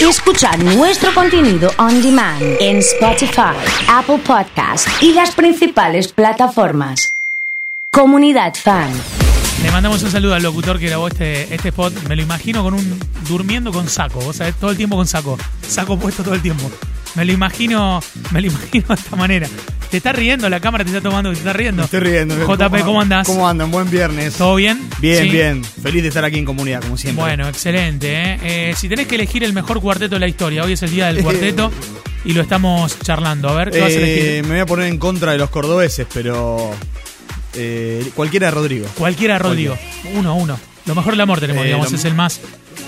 y escuchar nuestro contenido on demand en Spotify, Apple Podcast y las principales plataformas. Comunidad Fan. Le mandamos un saludo al locutor que grabó este, este spot. Me lo imagino con un durmiendo con saco, o sea, todo el tiempo con saco, saco puesto todo el tiempo. Me lo imagino, me lo imagino de esta manera. Te está riendo, la cámara te está tomando, te está riendo. Me Estoy riendo. JP, ¿cómo andás? ¿Cómo andan? Buen viernes. ¿Todo bien? Bien, ¿Sí? bien. Feliz de estar aquí en comunidad, como siempre. Bueno, excelente. ¿eh? Eh, si tenés que elegir el mejor cuarteto de la historia, hoy es el día del cuarteto y lo estamos charlando. A ver, ¿qué vas a Eh, elegir? me voy a poner en contra de los cordobeses, pero. eh, cualquiera de Rodrigo. Cualquiera, Rodrigo. Uno a uno. Lo mejor del amor tenemos, Eh, digamos, lo- es el más,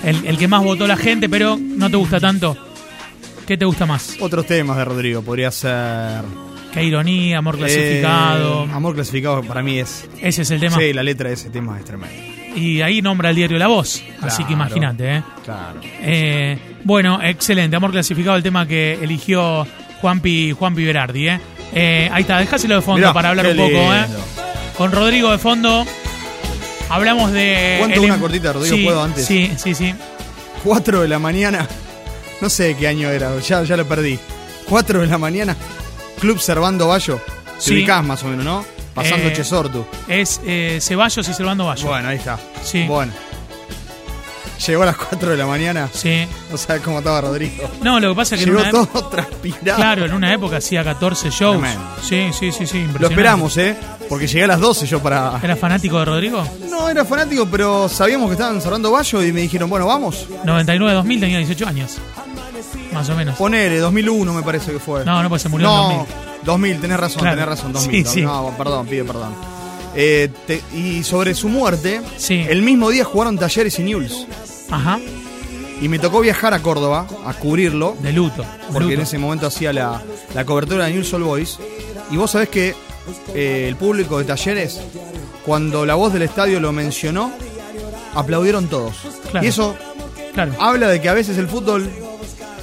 el, el que más votó la gente, pero no te gusta tanto. ¿Qué te gusta más? Otros temas de Rodrigo. Podría ser. ¿Qué ironía, amor eh, clasificado? amor clasificado para mí es. Ese es el tema. Sí, la letra de ese tema es tremenda. Y ahí nombra el diario La Voz. Así que Claro. imagínate, ¿eh? Claro. Eh, bueno, excelente. Amor clasificado el tema que eligió Juanpi, Juanpi Berardi. ¿eh? Eh, ahí está, dejáselo de fondo Mirá, para hablar qué un poco. lindo. ¿eh? Con Rodrigo de fondo hablamos de... ¿Cuánto el- em- una cortita de Rodrigo sí, puedo antes? Sí, sí, sí. 4 de la mañana. No sé qué año era, ya, ya lo perdí. 4 de la mañana. Club Servando Bayo. Sí. Te ubicás más o menos, ¿no? Pasando Eh, Chesortu. Es eh, Ceballos y Servando Bayo. Bueno, ahí está. Sí. Bueno. Llegó a las 4 de la mañana. Sí. No sabes cómo estaba Rodrigo. No, lo que pasa es que en Llegó una, todo transpirado. claro, en una época hacía 14 shows. Tremendo. Sí, sí, sí, sí. Lo impresionante. esperamos, ¿eh? Porque llegué a las 12 yo para... ¿Era fanático de Rodrigo? No, era fanático, pero sabíamos que estaban cerrando Bayo y me dijeron, bueno, vamos. 99-2000 tenía 18 años. Más o menos. Ponele, 2001 me parece que fue. No, no, pues se murió no, en 2000. 2000, tenés razón, Claro. tenés razón, Sí, 2000. sí. No, perdón, pide perdón. Eh, te- y sobre su muerte, Sí. el mismo día jugaron Talleres y News. Ajá. Y me tocó viajar a Córdoba a cubrirlo, De luto. porque luto. en ese momento hacía la, la cobertura de News All Boys. Y vos sabés que eh, el público de Talleres, cuando la voz del estadio lo mencionó, aplaudieron todos. Claro. Y eso Claro. habla de que a veces el fútbol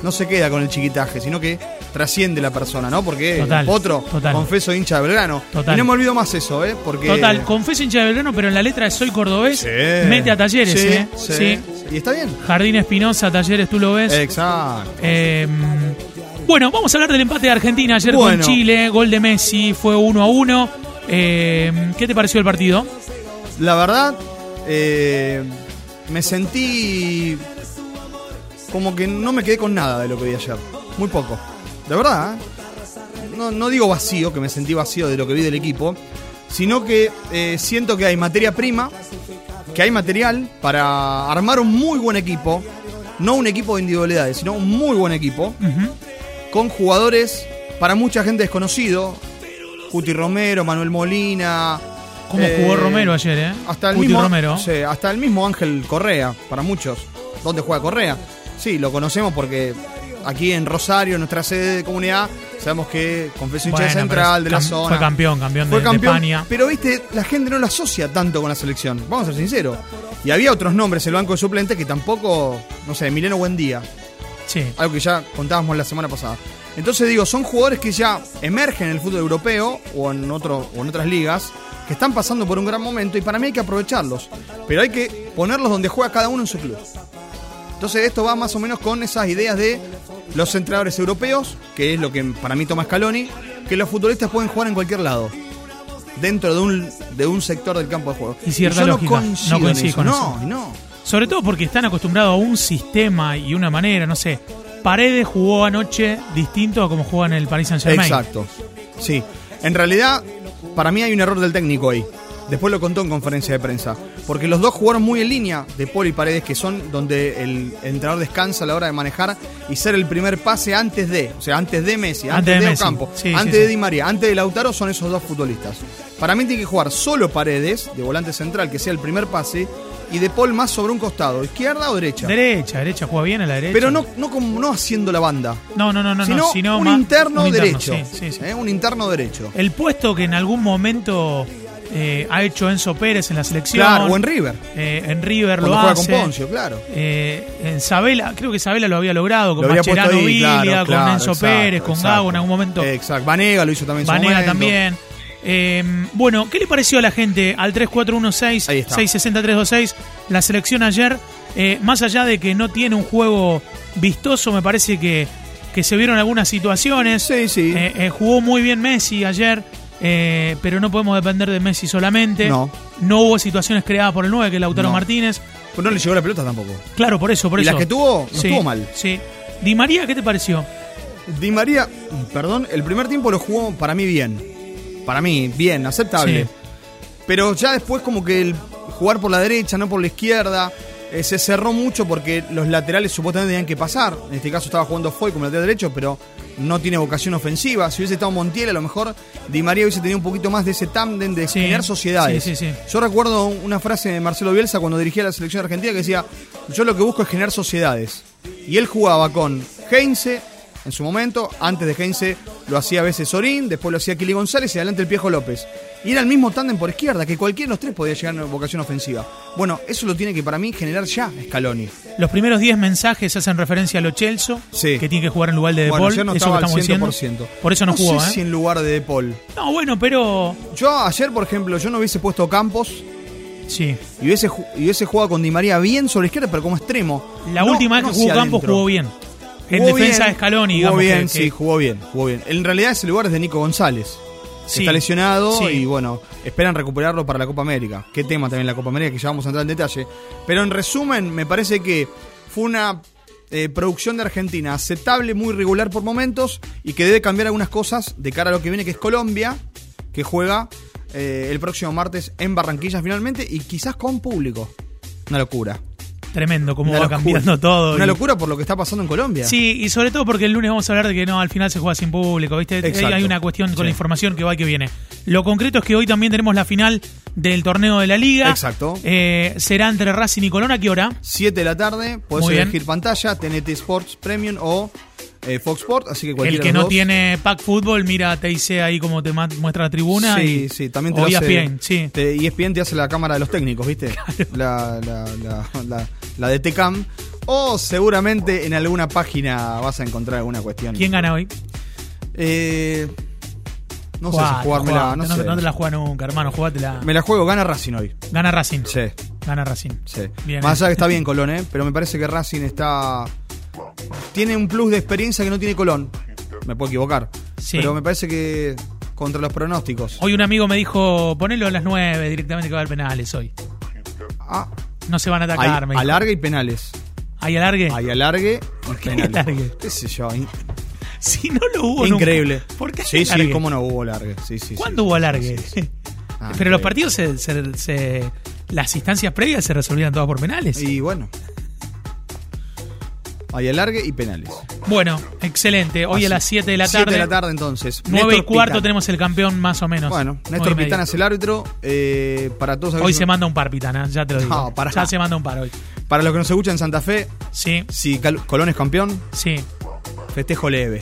no se queda con el chiquitaje, sino que trasciende la persona, ¿no? Porque Total, otro, total. confeso, hincha de Belgrano. Total. Y no me olvido más eso, ¿eh? Porque. Total, confeso hincha de Belgrano, pero en la letra de Soy Cordobés Sí. mete a Talleres, Sí, ¿eh? sí, Sí. Y está bien. Jardín Espinosa, Talleres, tú lo ves. Exacto. Eh, bueno, vamos a hablar del empate de Argentina ayer Bueno. con Chile. Gol de Messi, fue 1 a 1. Eh, ¿Qué te pareció el partido? La verdad, eh, me sentí como que no me quedé con nada de lo que vi ayer. Muy poco. De verdad, ¿eh? no, no digo vacío, que me sentí vacío de lo que vi del equipo, sino que eh, siento que hay materia prima, que hay material para armar un muy buen equipo. No un equipo de individualidades, sino un muy buen equipo Ujú. con jugadores para mucha gente desconocido. Cuti Romero, Manuel Molina. ¿Cómo eh, jugó Romero ayer, eh? hasta el Cuti mismo, Romero. sí, hasta el mismo Ángel Correa, para muchos. ¿Dónde juega Correa? Sí, lo conocemos porque aquí en Rosario, nuestra sede de comunidad, sabemos que confesó hincha de Bueno, central, de la pero es cam- zona. Fue campeón, campeón, Fue de, de campeón, España. pero viste, la gente no lo asocia tanto con la selección, vamos a ser sinceros. Y había otros nombres en el banco de suplentes que tampoco, no sé, Mileno Buendía, Sí. algo que ya contábamos la semana pasada. Entonces digo, son jugadores que ya emergen en el fútbol europeo o en, otro, o en otras ligas, que están pasando por un gran momento y para mí hay que aprovecharlos, pero hay que ponerlos donde juega cada uno en su club. Entonces esto va más o menos con esas ideas de los entrenadores europeos, que es lo que para mí toma Scaloni, que los futbolistas pueden jugar en cualquier lado, dentro de un, de un sector del campo de juego. Y cierta yo lógica, no no coincido en coincido eso. con no, eso. no. Sobre todo porque están acostumbrados a un sistema y una manera, no sé. Paredes jugó anoche distinto a como juega en el Paris Saint Germain. Exacto. Sí. En realidad, para mí hay un error del técnico ahí. Después lo contó en conferencia de prensa. Porque los dos jugaron muy en línea de Polo y Paredes, que son donde el entrenador descansa a la hora de manejar y ser el primer pase antes de, o sea, antes de Messi, antes, Antes de de, Messi. Ocampo, Sí, sí, antes de sí. Di María, antes de Lautaro, son esos dos futbolistas. Para mí tiene que jugar solo Paredes, de volante central, que sea el primer pase, y de Paul más sobre un costado, izquierda o derecha. Derecha, derecha, juega bien a la derecha. Pero no, no, como, no haciendo la banda, No, no, no, no, sino, no, sino un, ma- interno un derecho. sí, sí, sí. ¿eh? Un interno derecho. El puesto que en algún momento eh, ha hecho Enzo Pérez en la selección. Claro, o en River. eh, en River Cuando lo juega hace. con Poncio, claro. Eh, en Sabela, creo que Sabela lo había logrado, con Lo habría puesto Macherano ahí, Vilia, claro, con claro, Enzo exacto, Pérez, con exacto. Eh, Gago en algún momento. Exacto. Vanega lo hizo también en su Vanega momento. también. Eh, bueno, ¿qué le pareció a la gente al Ahí está. 3416-660-326? La selección ayer, eh, más allá de que no tiene un juego vistoso, me parece que, que se vieron algunas situaciones. Sí, sí. Eh, eh, jugó muy bien Messi ayer, eh, pero no podemos depender de Messi solamente. No. No hubo situaciones creadas por el 9, que es Lautaro No. Martínez. Pues no le llegó la pelota tampoco. Claro, por eso, por Y eso. las que tuvo, no Sí, estuvo mal. Sí. Di María, ¿qué te pareció? Di María, perdón, el primer tiempo lo jugó para mí bien. Para mí, bien, aceptable. Sí. Pero ya después como que el jugar por la derecha, no por la izquierda, eh, se cerró mucho porque los laterales supuestamente tenían que pasar. En este caso estaba jugando Foy como lateral derecho, pero no tiene vocación ofensiva. Si hubiese estado Montiel, a lo mejor Di María hubiese tenido un poquito más de ese tándem de Sí. generar sociedades. Sí, sí, sí. Yo recuerdo una frase de Marcelo Bielsa cuando dirigía la selección argentina que decía, yo lo que busco es generar sociedades. Y él jugaba con Heinze en su momento, antes de Heinze lo hacía a veces Sorín, después lo hacía Kili González y adelante el Piejo López. Y era el mismo tándem por izquierda, que cualquiera de los tres podía llegar a una vocación ofensiva. Bueno, eso lo tiene que para mí generar ya Scaloni. Los primeros 10 mensajes hacen referencia a lo Chelso, Sí. que tiene que jugar en lugar de De Bueno, Paul. ayer no eso estaba que al estamos 100%. diciendo. Por eso no, jugó, sé ¿eh? si en lugar de De Paul. No, bueno, pero. Yo ayer, por ejemplo, yo no hubiese puesto Campos Sí. y hubiese, ju- y hubiese jugado con Di María bien sobre la izquierda, pero como extremo. La No- última vez no que jugó hacia Campos adentro. jugó bien. En Jugó defensa bien, de Scaloni, digamos. Jugó que- bien, que- sí, jugó bien, jugó bien. En realidad ese lugar es de Nico González. que Sí, está lesionado sí. y bueno, esperan recuperarlo para la Copa América. Qué tema también la Copa América que ya vamos a entrar en detalle. Pero en resumen, me parece que fue una eh, producción de Argentina aceptable, muy regular por momentos y que debe cambiar algunas cosas de cara a lo que viene, que es Colombia, que juega eh, el próximo martes en Barranquilla finalmente y quizás con público. Una locura. Tremendo, cómo Una va locura. cambiando todo. Una y- locura por lo que está pasando en Colombia. Sí, y sobre todo porque el lunes vamos a hablar de que no, al final se juega sin público, ¿viste? Hay- Exacto. Hay una cuestión con Sí. la información que va y que viene. Lo concreto es que hoy también tenemos la final del torneo de la Liga. Exacto. Eh, será entre Racing y Colón, ¿a qué hora? 7 de la tarde, podés Muy bien. elegir pantalla, TNT Sports Premium o eh, Fox Sports, así que El cualquiera que de los no dos. tiene pack fútbol, mira a TIC ahí como te ma- muestra la tribuna. Sí, y, sí, también te o E lo hace. ESPN, sí. te- E ESPN te hace la cámara de los técnicos, ¿viste? La, la, la, la- la de TCAM. O seguramente en alguna página vas a encontrar alguna cuestión. ¿Quién gana hoy? Eh, no sé Jugá, si jugármela, jugá, no, no, sé. no te la juega nunca, hermano, jugátela. Me la juego, gana Racing hoy. Gana Racing. Sí, Gana Racing. sí. Bien. Más allá que está bien Colón, ¿eh? Pero me parece que Racing está. Tiene un plus de experiencia que no tiene Colón. Me puedo equivocar. Sí. Pero me parece que contra los pronósticos. Hoy un amigo me dijo, ponelo a las 9 directamente que va a haber penales hoy. Ah, No se van a hay atacar, me dijo. alargue y penales. ¿Hay alargue? Hay alargue y penales. alargue? ¿Qué sé yo? in- Si no lo hubo nunca. increíble. ¿Por qué hay Sí, sí, alargue? cómo no hubo alargue. Sí, sí, sí. ¿Cuándo hubo alargue? Ah, Pero increíble. los partidos, se, se- se- las instancias previas se resolvían todas por penales. Y bueno. Hay alargue y penales. Bueno, excelente. Hoy Así. a las 7 de la Siete tarde. de la tarde entonces. 9 y Néstor cuarto Pitán. tenemos el campeón más o menos. Bueno, Nueve y Néstor media. Pitán es el árbitro. eh, para todos Hoy aquellos- se manda un par, Pitana, ya te lo digo. No, pará. Ya se manda un par hoy. Para los que nos escuchan en Santa Fe, Sí, si Cal- Colón es campeón, sí. festejo leve.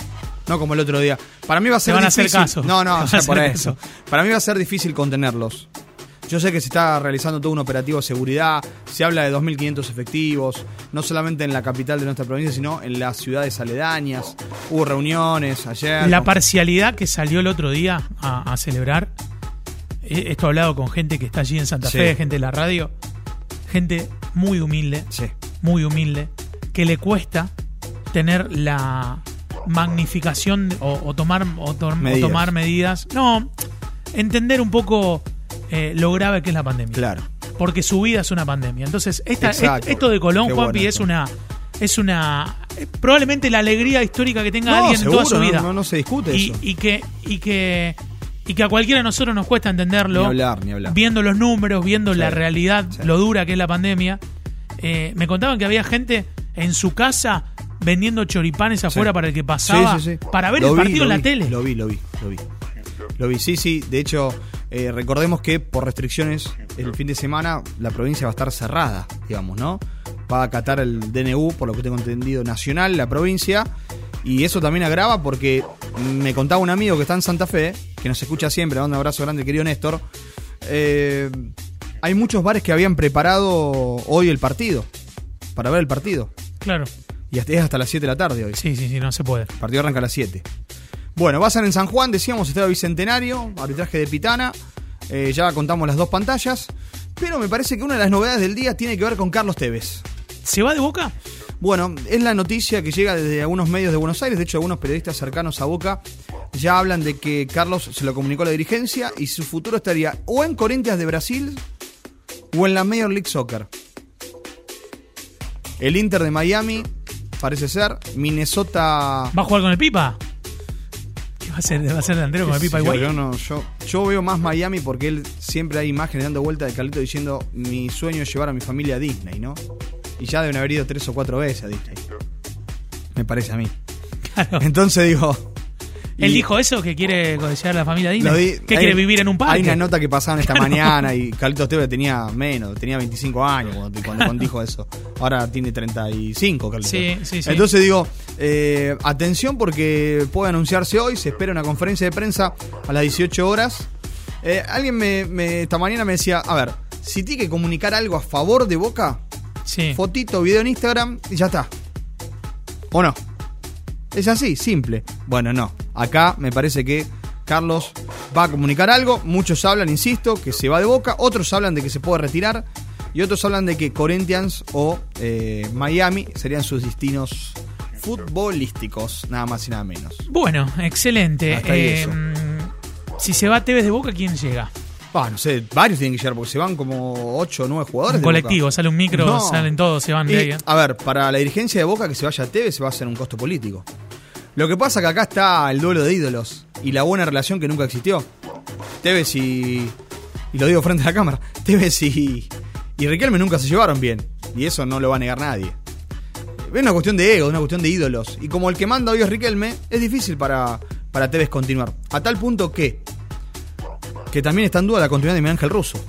No como el otro día. Para mí va a ser van a hacer difícil. caso. No, Te van no, a ya hacer por caso. eso. Para mí va a ser difícil contenerlos. Yo sé que se está realizando todo un operativo de seguridad, se habla de 2.500 efectivos, no solamente en la capital de nuestra provincia, sino en las ciudades aledañas. Hubo reuniones ayer. La ¿no? parcialidad que salió el otro día a, a celebrar, eh, esto he hablado con gente que está allí en Santa Sí. Fe, gente de la radio, gente muy humilde, Sí. muy humilde, que le cuesta tener la magnificación de- o, o tomar, o to- o Medidas. tomar medidas. No, entender un poco eh, lo grave que es la pandemia. Claro. Porque su vida es una pandemia. Entonces, esta, Exacto. est- esto de Colón, Qué Juanpi, bueno es eso. una. Es una. eh, Probablemente la alegría histórica que tenga No, alguien en toda seguro, su vida. no, no, no se discute y, eso. y que. Y que. Y que a cualquiera de nosotros nos cuesta entenderlo. Ni hablar, ni hablar. Viendo los números, viendo la realidad, sí. lo dura que es la pandemia. Eh, me contaban que había gente en su casa vendiendo choripanes afuera para el que pasaba. Sí, sí, sí. Para ver Lo el vi, partido lo en la vi, tele. Lo vi, lo vi, lo vi. Lo vi, sí, sí. De hecho, eh, recordemos que por restricciones el fin de semana la provincia va a estar cerrada, digamos, ¿no? Va a acatar el DNU, por lo que tengo entendido, nacional, la provincia. Y eso también agrava porque me contaba un amigo que está en Santa Fe, que nos escucha siempre, le mando un abrazo grande, querido Néstor. Eh, hay muchos bares que habían preparado hoy el partido, para ver el partido. Claro. Y hasta- es hasta las 7 de la tarde hoy. Sí, sí, sí, no se puede. El partido arranca a las 7. Bueno, va a ser en San Juan, decíamos, Estadio Bicentenario, arbitraje de Pitana. Eh, ya contamos las dos pantallas. Pero me parece que una de las novedades del día tiene que ver con Carlos Tevez. ¿Se va de boca? Bueno, es la noticia que llega desde algunos medios de Buenos Aires, de hecho algunos periodistas cercanos a Boca ya hablan de que Carlos se lo comunicó a la dirigencia y su futuro estaría o en Corinthians de Brasil o en la Major League Soccer. El Inter de Miami, parece ser, Minnesota... ¿Va a jugar con el Pipa? ¿Qué va a hacer? ¿Va a ser delantero con el Sí, Pipa yo, igual? yo no, yo, yo veo más Miami porque él siempre hay imágenes dando vuelta de Calito diciendo mi sueño es llevar a mi familia a Disney, ¿no? Y ya deben haber ido tres o cuatro veces a Disney. Me parece a mí. Claro. Entonces digo. y ¿Él dijo eso? ¿Que quiere codiciar a la familia lo di- Disney? ¿Que hay- quiere vivir en un parque? Hay una nota que pasaban esta mañana y Calito Esteve tenía menos, tenía 25 años cuando, cuando- cuando dijo eso. Ahora tiene 35, Carlitos. Sí, sí, sí. Entonces digo, eh, atención porque puede anunciarse hoy, se espera una conferencia de prensa a las 18 horas. Eh, alguien me, me- esta mañana me decía, a ver, si tiene que comunicar algo a favor de Boca, Sí. fotito, video en Instagram y ya está. ¿O no? Es así, simple. Bueno, no. Acá me parece que Carlos va a comunicar algo. Muchos hablan, insisto, que se va de boca. Otros hablan de que se puede retirar. Y otros hablan de que Corinthians o eh, Miami serían sus destinos futbolísticos. Nada más y nada menos. Bueno, excelente. Hasta ahí Eh, eso. mm, si se va Tevez de Boca, ¿quién llega? Bah, no sé, varios tienen que llegar porque se van como 8 o 9 jugadores. Un de Boca. colectivo, sale un micro, No. salen todos, se van de Y, ahí, ¿eh? A ver, para la dirigencia de Boca que se vaya a Tevez se va a hacer un costo político. Lo que pasa que acá está el duelo de ídolos y la buena relación que nunca existió. Tevez y. Y lo digo frente a la cámara. Tevez y. Y Riquelme nunca se llevaron bien. Y eso no lo va a negar nadie. Es una cuestión de ego, es una cuestión de ídolos. Y como el que manda hoy es Riquelme, es difícil para, para Tevez continuar. A tal punto que. Que también está en duda la continuidad de Miguel Ángel Russo.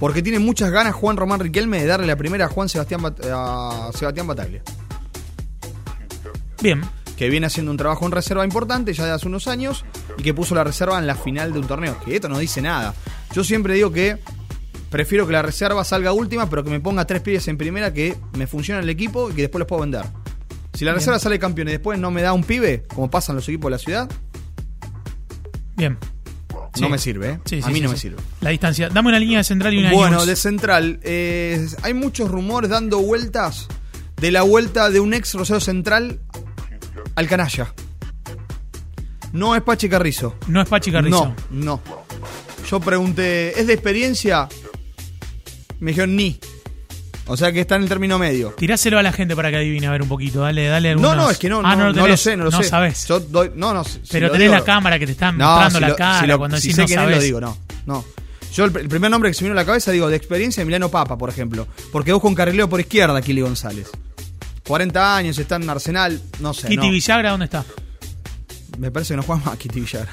Porque tiene muchas ganas Juan Román Riquelme de darle la primera a Juan Sebastián, Bat- a Sebastián Bataglia. Bien, Que viene haciendo un trabajo en reserva importante ya de hace unos años y que puso la reserva en la final de un torneo. Que esto no dice nada. Yo siempre digo que prefiero que la reserva salga última, pero que me ponga tres pies en primera que me funcione el equipo y que después los puedo vender. Si la reserva sale campeón y después no me da un pibe, como pasan los equipos de la ciudad, bien. Sí. no me sirve. ¿eh? Sí, a sí, mí sí, no me sí. sirve. La distancia. Dame una línea de central y una Bueno, News. de Central, eh, hay muchos rumores dando vueltas de la vuelta de un ex Rosario Central al canalla. No es Pache Carrizo. No es Pachi Carrizo. No, no. Yo pregunté, ¿es de experiencia? Me dijeron ni. O sea que está en el término medio. Tiráselo a la gente para que adivine, a ver un poquito. Dale, dale algunos. No, no, es que no, Ah, no, lo, no lo tenés. sé, no lo sé. sabés. Yo doy- no, no, si- si Pero lo tenés digo- la cámara que te están No, mostrando si la lo- cara si lo- cuando si decís sé no quién es, sabés. lo digo, no. No. Yo el, el primer nombre que se me vino a la cabeza digo de experiencia Emiliano Papa, por ejemplo, porque busco un carrileo por izquierda Kili González. 40 años, está en Arsenal, no sé, Kitty no. Villagra, ¿dónde está? Me parece que no juega más Kitty Villar.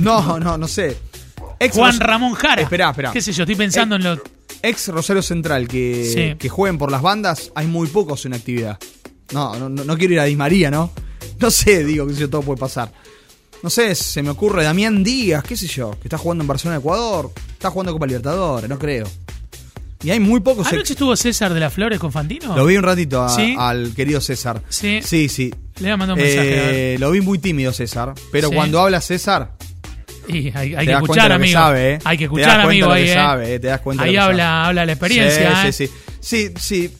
No, no, no sé. Ex Juan Ros- Ramón Jara. Esperá, esperá. Eh, ¿Qué sé yo? Estoy pensando en lo. Ex Rosario Central que, Sí. que jueguen por las bandas, hay muy pocos en actividad. No, no, no- no quiero ir a Di María, ¿no? No sé, digo, que sé yo, todo puede pasar. No sé, se me ocurre Damián Díaz, qué sé yo, que está jugando en Barcelona, Ecuador, está jugando Copa Libertadores, no creo. Y hay muy pocos. ex- ¿Anoche estuvo César de las Flores con Fantino? Lo vi un ratito a- Sí. al querido César. Sí. Sí, sí. Le voy a mandar un mensaje, a ver. Eh, lo vi muy tímido César, pero Sí. cuando habla César, Y hay, hay que te das cuenta de escuchar, lo que amigo. sabe, eh. Hay que Te das escuchar, cuenta de amigo. lo ahí, que eh. sabe, eh, te das cuenta de ahí lo que habla, sabe. habla la experiencia. eh. Sí, sí, sí. Sí, sí.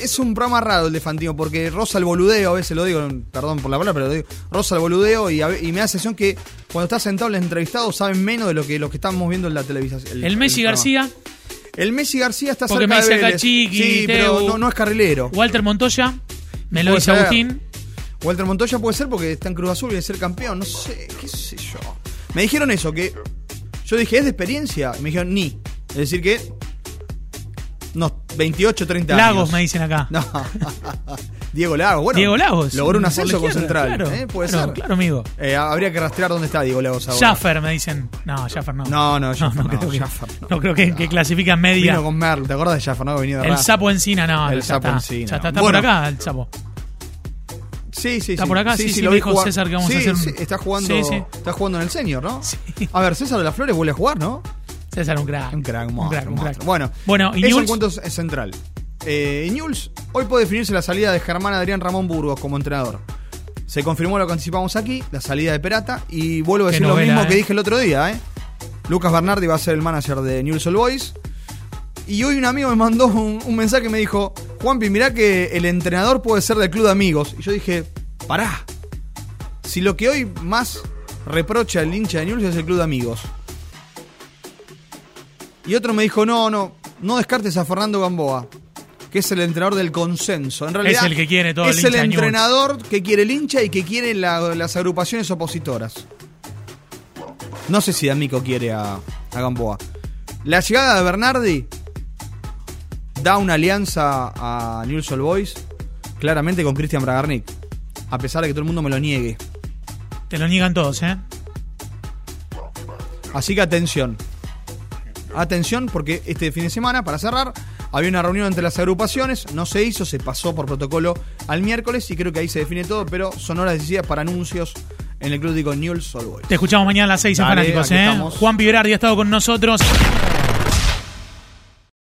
Es un programa raro el de Fantino, porque rosa el boludeo, a veces lo digo, perdón por la palabra, pero lo digo, rosa el boludeo y, a ve- y me da la sensación que cuando estás sentado los entrevistados saben menos de lo que los que estamos viendo en la televisión. El Messi programa. García, El Messi García está Porque cerca me dice de acá Vélez. Chiqui, Sí, pero Teu. no, no es carrilero. Walter Montoya, me lo Puede dice ser. Agustín. Walter Montoya puede ser porque está en Cruz Azul y es ser campeón, no sé, qué sé yo. Me dijeron eso, que yo dije, ¿es de experiencia? Y me dijeron, ni. Es decir que... Unos 28, 30 años. Lagos, me dicen acá. No. Diego Lagos, bueno. Diego Lagos. Logró por un la ascenso con izquierda, Central. Claro, ¿eh? Puede claro, ser. claro, amigo. Eh, habría que rastrear dónde está Diego Lagos ahora. Jaffer, me dicen. No, Jaffer no. No, no, Jaffer no, creo que, Jaffer no. no creo que, que clasifican media. Vino con Merlo, ¿te acordás de Jaffa? No, venía de El Racing. sapo encina, no. El ya sapo está, encina. Ya está, está Bueno. por acá el sapo. Sí, sí, ¿Está sí. por acá? Sí, sí, me vi dijo jugar. César que vamos a Sí, hacer un- sí, está jugando, Sí, sí. está jugando en el senior, ¿no? Sí. A ver, César de las Flores vuelve a jugar, ¿no? César, un crack. Un crack, un monstruo, un un crack. monstruo. Bueno, bueno y eso Newell's, en cuanto es es central. Eh, Newell's, hoy puede definirse la salida de Germán Adrián Ramón Burgos como entrenador. Se confirmó lo que anticipamos aquí, la salida de Perata, y vuelvo a Qué decir novela, lo mismo que eh. dije el otro día, ¿eh? Lucas Bernardi va a ser el manager de Newell's Old Boys. Y hoy un amigo me mandó un, un mensaje y me dijo, Juanpi, mirá que el entrenador puede ser del club de amigos. Y yo dije, pará. Si lo que hoy más reprocha el hincha de Newell's es el club de amigos. Y otro me dijo, no, no, no descartes a Fernando Gamboa, que es el entrenador del consenso. En realidad, Es el que quiere todo el es hincha de Newell's. entrenador que quiere el hincha y que quiere la- las agrupaciones opositoras. No sé si D'Amico quiere a, a Gamboa. La llegada de Bernardi da una alianza a Newell's Old Boys, claramente con Cristian Bragarnik. A pesar de que todo el mundo me lo niegue. Te lo niegan todos, ¿eh? Así que atención. Atención, porque este fin de semana, para cerrar, había una reunión entre las agrupaciones, no se hizo, se pasó por protocolo al miércoles y creo que ahí se define todo, pero son horas decididas para anuncios en el club de Newell's Old Boys. Te escuchamos mañana a las 6 en Dale, Fanáticos, aquí ¿eh? estamos. Juan Piberardi ha estado con nosotros.